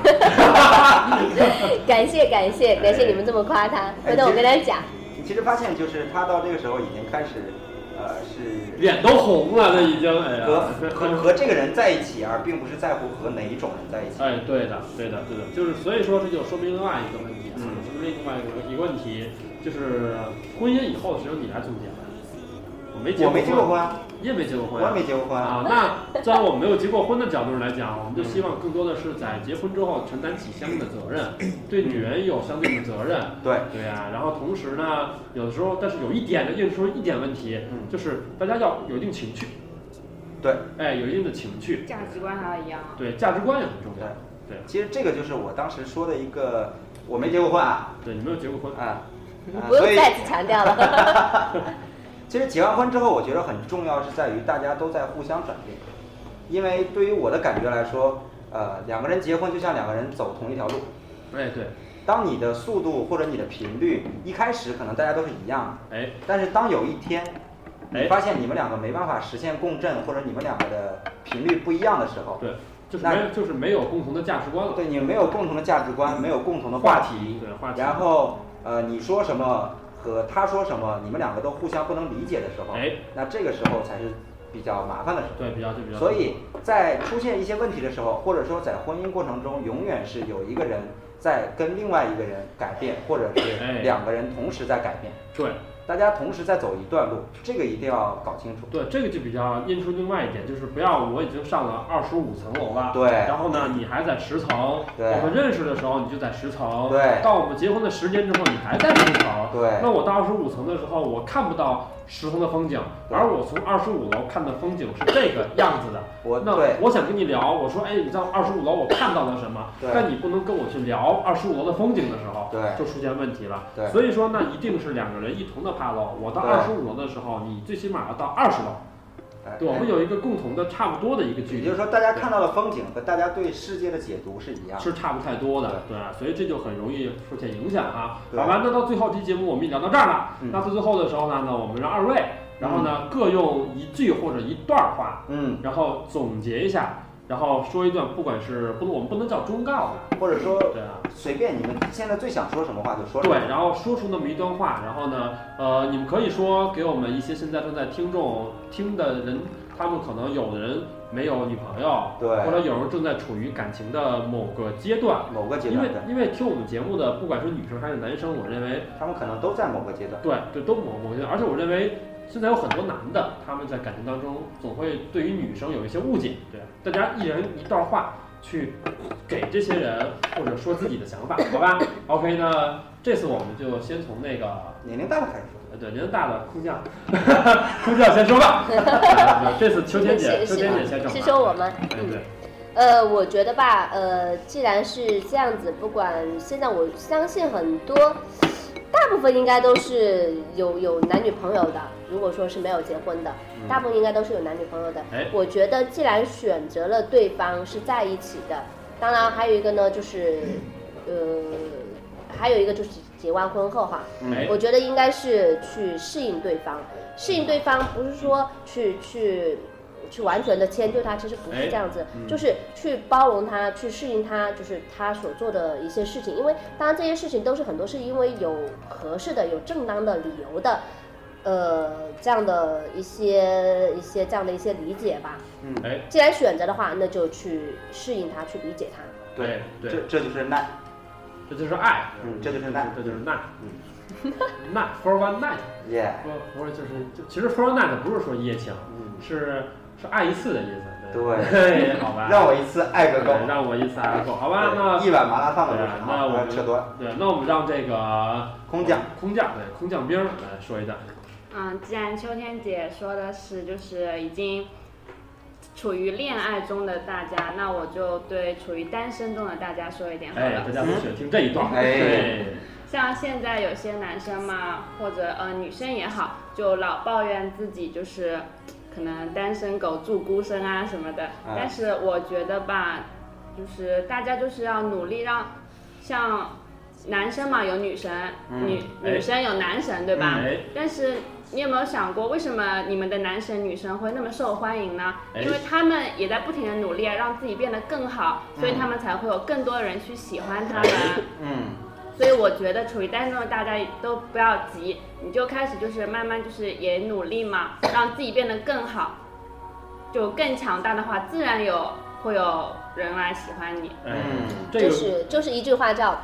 S3: 感谢感谢感谢你们这么夸他，
S2: 哎
S3: 回头我跟他讲。
S2: 你其实发现就是他到这个时候已经开始，呃，是
S1: 脸都红了，那已经哎呀，
S2: 和和和这个人在一起，而并不是在乎和哪一种人在一起。
S1: 哎，对的，对的，对的，就是所以说这就说明另外一个问题啊，
S2: 嗯
S1: 说明另外一个一个问题，就是婚姻以后只有你来总结了。我没结
S2: 我
S1: 过
S2: 没结过婚，
S1: 你也没结过婚
S2: 我也
S1: 啊，
S2: 没结过婚。嗯
S1: 啊。那站我们没有结过婚的角度上来讲，我们就希望更多的是在结婚之后承担起相应的责 任，对女人有相对应的责任。
S2: 对，
S1: 对啊，然后同时呢，有的时候，但是有一点的，有时候一点问题，
S2: 嗯
S1: 就是大家要有一定情趣，
S2: 对，
S1: 哎，有一定的情趣，
S4: 价值观还要一样啊。
S1: 对，价值观也很重要。对，
S2: 其实这个就是我当时说的一个，我没结过婚啊，
S1: 对，你没有结过婚，
S2: 啊，啊
S3: 不
S2: 所
S3: 用
S2: 以
S3: 再次强 调了。
S2: 其实结完婚之后，我觉得很重要是在于大家都在互相转变，因为对于我的感觉来说，呃，两个人结婚就像两个人走同一条路，
S1: 哎，对，
S2: 当你的速度或者你的频率一开始可能大家都是一样的，
S1: 哎，
S2: 但是当有一天，
S1: 哎
S2: 你发现你们两个没办法实现共振，或者你们两个的频率不一样的时候，
S1: 对，就是
S2: 那
S1: 没就是没有共同的价值观了。
S2: 对你们没有共同的价值观，没有共同的话题，
S1: 对话题
S2: 然后呃，你说什么和他说什么，你们两个都互相不能理解的时候，
S1: 哎
S2: 那这个时候才是比较麻烦的时候。
S1: 对，比较就比较。
S2: 所以在出现一些问题的时候，或者说在婚姻过程中，永远是有一个人在跟另外一个人改变，或者
S1: 哎
S2: 是两个人同时在改变，
S1: 对
S2: 大家同时在走一段路，这个一定要搞清楚。
S1: 对，这个就比较印出另外一点，就是不要我已经上了二十五层楼了，
S2: 对
S1: 然后呢，你还在十层，
S2: 对
S1: 我们认识的时候你就在十层，
S2: 对
S1: 到我们结婚的十年之后你还在十层，
S2: 对
S1: 那我到二十五层的时候，我看不到十层的风景，
S2: 对
S1: 而我从二十五楼看的风景是这个样子的，
S2: 我
S1: 那
S2: 对
S1: 我想跟你聊，我说，哎，你在二十五楼我看到了什么？
S2: 对
S1: 但你不能跟我去聊二十五楼的风景的时候，
S2: 对
S1: 就出现问题了。
S2: 对
S1: 所以说那一定是两个人一同的爬楼。我到
S2: 对
S1: 二十五楼的时候，你最起码要到二十楼，
S2: 哎
S1: 对，我们有一个共同的差不多的一个距
S2: 也
S1: 离，
S2: 就是说，大家看到的风景和大家对世界的解读是一样的。
S1: 是差不太多的，对啊，所以这就很容易出现影响啊。
S2: 对
S1: 好吧，那到最后这期节目我们也聊到这儿了。
S2: 嗯
S1: 那到最后的时候呢，那我们让二位，然后呢各用一句或者一段话，
S2: 嗯，
S1: 然后总结一下，然后说一段，不管是不能我们不能叫忠告吧，
S2: 或者说
S1: 对啊，
S2: 随便你们现在最想说什么话就说什
S1: 对
S2: 么。，
S1: 然后说出那么一段话，然后呢，呃，你们可以说给我们一些现在正在听众听的人，他们可能有的人没有女朋友，
S2: 对
S1: 或者有人正在处于感情的某个阶段。
S2: 某个阶
S1: 因
S2: 段
S1: 为
S2: 的，
S1: 因为听我们节目的，不管是女生还是男生，我认为
S2: 他们可能都在某个阶段。
S1: 对对都某某些，而且我认为现在有很多男的，他们在感情当中总会对于女生有一些误解，对，大家一人一段话去给这些人或者说自己的想法，好吧？OK，那这次我们就先从那个
S2: 年龄大的开始
S1: 呃对年龄大的空 降，空降先说 吧。呃这次秋天姐，秋
S3: 是
S1: 天姐先整吧
S3: 是说我们，
S1: 对
S3: 嗯
S1: 对。
S3: 呃，我觉得吧，呃，既然是这样子，不管现在我相信很多，大部分应该都是有有男女朋友的。如果说是没有结婚的，
S2: 嗯
S3: 大部分应该都是有男女朋友的。
S1: 哎
S3: 我觉得既然选择了对方是在一起的，当然还有一个呢，就是，呃，还有一个就是结完婚后哈，
S2: 嗯
S1: 哎
S3: 我觉得应该是去适应对方，适应对方不是说去去去完全的迁就他，其实不是这样
S1: 哎
S3: 子，
S1: 嗯
S3: 就是去包容他，去适应他，就是他所做的一些事情。因为当然这些事情都是很多是因为有合适的、有正当的理由的，呃，这样的一些一些这样的一些理解吧。
S1: 哎
S3: 既然选择的话，那就去适应他，去理解他。
S1: 对对，
S2: 这这就是耐，
S1: 这就是爱，
S2: 嗯这就是耐
S1: 这就是耐，
S2: 嗯，
S1: 耐 for one night。
S2: 耶，
S1: 不不是，就是就其实 for night 不是说一夜情，
S2: 嗯，
S1: 是是爱一次的意思。
S2: 对
S1: 好吧。
S2: 让我一次爱个够，
S1: 对让我一次爱个够，好吧？那
S2: 一碗麻辣烫都
S1: 对
S2: 不
S1: 啊
S2: 尝，
S1: 那我们
S2: 吃多了。
S1: 对，那我们让这个
S2: 空降
S1: 空降对空降兵儿来说一段。
S4: 嗯，既然秋天姐说的是就是已经处于恋爱中的大家，那我就对处于单身中的大家说一点好
S1: 哎，
S4: 了
S1: 大。家都喜欢听这一段。
S2: 哎
S1: 对，
S4: 像现在有些男生嘛，或者呃女生也好，就老抱怨自己就是可能单身狗住孤身啊什么的。
S2: 嗯
S4: 但是我觉得吧，就是大家就是要努力让，像男生嘛有女神，女
S1: 哎
S4: 女生有男神，对吧？
S1: 哎
S4: 但是你有没有想过，为什么你们的男神女神会那么受欢迎呢？
S1: 哎
S4: 因为他们也在不停的努力啊，让自己变得更好，所以他们才会有更多的人去喜欢他们。
S2: 嗯，
S4: 所以我觉得处于单身的大家都不要急，你就开始就是慢慢就是也努力嘛，让自己变得更好，就更强大的话，自然有会有人来喜欢你。
S1: 哎
S2: 嗯，
S1: 这
S3: 就
S1: 个
S3: 是就是一句话叫，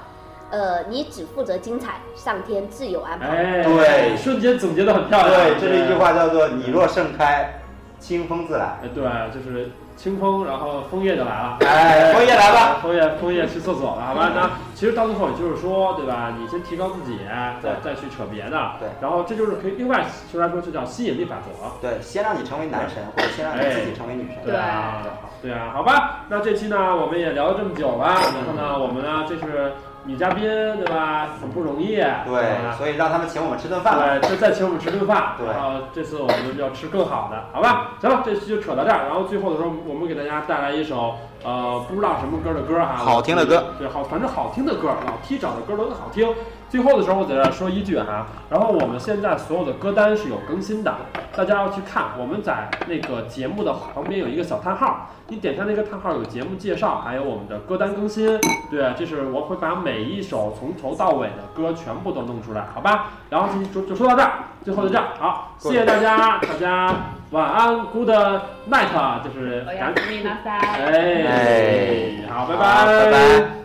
S3: 呃，你只负责精彩，上天自有安排。
S1: 哎，
S2: 对
S1: 瞬间总结的很漂亮。啊
S2: 对，这是一句。话叫做“你若盛开，清风自来
S1: 哎，对，就是清风，然后枫叶就来了”。。
S2: 哎，枫叶来吧，嗯
S1: 枫叶，枫叶去厕所了，好吧？那其实到最后也就是说，对吧？你先提高自己，再再去扯别的，
S2: 对
S1: 然后这就是可以另外说来说就叫吸引力法则，
S2: 对，先让你成为男神，
S1: 哎
S2: 或者先让你自己成为女神。
S4: 对
S1: 啊，对啊，好吧？那这期呢，我们也聊了这么久了，然后呢，我们呢这是女嘉宾，对吧？很不容易，对
S2: 对，
S1: 吧
S2: 所以让他们请我们吃顿饭吧。
S1: 对，再再请我们吃顿饭，
S2: 对
S1: 然后这次我们要吃更好的，好吧？行了，这期就扯到这儿，然后最后的时候，我们给大家带来一首呃不知道什么歌的歌哈，
S2: 好听的歌，
S1: 对，好，反正好听的歌，老 T 找的歌都很好听。最后的时候，我在这儿说一句哈，然后我们现在所有的歌单是有更新的，大家要去看。我们在那个节目的旁边有一个小叹号，你点开那个叹号有节目介绍，还有我们的歌单更新。对，啊这是我会把每一首从头到尾的歌全部都弄出来，好吧？然后就就就说到这儿，最后就这样，好，谢谢大家，大家晚安，Good night，就是
S4: 我要
S1: 感，
S4: 努力那三。
S1: 哎，好，拜
S2: 好拜拜。